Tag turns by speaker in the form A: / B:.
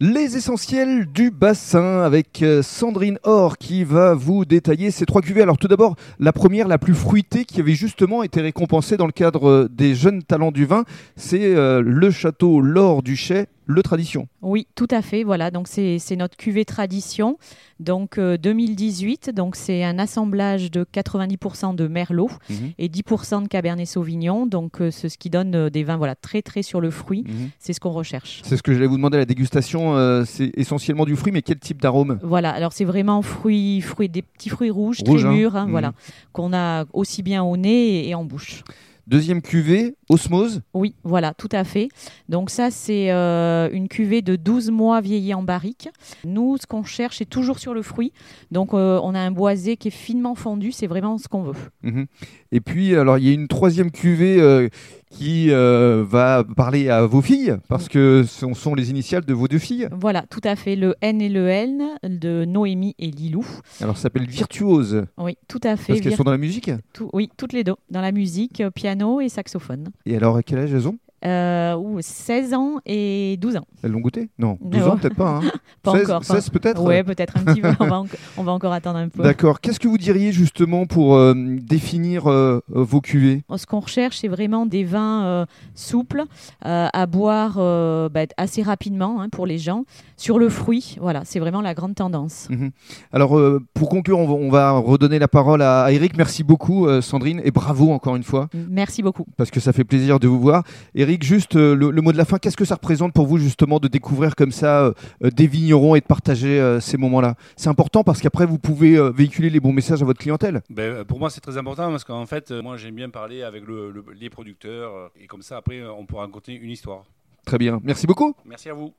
A: Les essentiels du bassin avec euh, Sandrine Or qui va vous détailler ces trois cuvées. Alors tout d'abord, la première, la plus fruitée, qui avait justement été récompensée dans le cadre euh, des jeunes talents du vin, c'est euh, le château L'Or du Chais, le Tradition.
B: Oui, tout à fait. Voilà, donc c'est c'est notre cuvée tradition. Donc euh, 2018, donc c'est un assemblage de 90% de merlot
A: Mhm.
B: et 10% de cabernet sauvignon. Donc euh, c'est ce qui donne euh, des vins voilà très très sur le fruit. C'est ce qu'on recherche.
A: C'est ce que j'allais vous demander, la dégustation, euh, c'est essentiellement du fruit, mais quel type d'arôme
B: Voilà, alors c'est vraiment fruits, fruits, des petits fruits rouges,
A: Rouge,
B: très
A: hein.
B: mûrs, hein,
A: Mhm.
B: voilà, qu'on a aussi bien au nez et- et en bouche.
A: Deuxième cuvée, Osmose.
B: Oui, voilà, tout à fait. Donc ça, c'est euh, une cuvée de 12 mois vieillie en barrique. Nous, ce qu'on cherche, c'est toujours sur le fruit. Donc euh, on a un boisé qui est finement fondu, c'est vraiment ce qu'on veut.
A: Mhm. Et puis, alors, il y a une troisième cuvée euh, qui euh, va parler à vos filles, parce que ce sont les initiales de vos deux filles.
B: Voilà, tout à fait, le N et le N de Noémie et Lilou.
A: Alors, ça s'appelle Virtuose,
B: Oui, tout à fait.
A: parce qu'elles
B: vir-
A: sont dans la musique.
B: tout- oui, toutes les deux, dans la musique, euh, piano et saxophone.
A: Et alors, à quel âge elles ont
B: Euh, ouh, 16 ans et 12 ans.
A: Elles l'ont goûté Non,
B: Non.
A: 12 ans peut-être pas. hein.
B: Pas
A: 16,
B: encore. pas-
A: 16 peut-être
B: Ouais, peut-être un petit peu. on, va enc- on va encore attendre un peu.
A: D'accord. Qu'est-ce que vous diriez justement pour euh, définir euh, euh, vos cuvées
B: Ce qu'on recherche, c'est vraiment des vins euh, souples euh, à boire euh, bah, assez rapidement hein, pour les gens. Sur le fruit, voilà, c'est vraiment la grande tendance.
A: Alors, euh, pour conclure, on va, on va redonner la parole à, à Eric. Merci beaucoup, euh, Sandrine, et bravo encore une fois,
B: Merci beaucoup.
A: parce que ça fait plaisir de vous voir. Eric, juste euh, le, le mot de la fin, qu'est-ce que ça représente pour vous justement de découvrir comme ça euh, euh, des vignerons et de partager euh, ces moments-là C'est important parce qu'après, vous pouvez euh, véhiculer les bons messages à votre clientèle.
C: Ben, pour moi, c'est très important parce qu'en fait, euh, moi, j'aime bien parler avec le- le- les producteurs euh, et comme ça, après, euh, on pourra raconter une histoire.
A: Très bien. Merci beaucoup.
C: Merci à vous.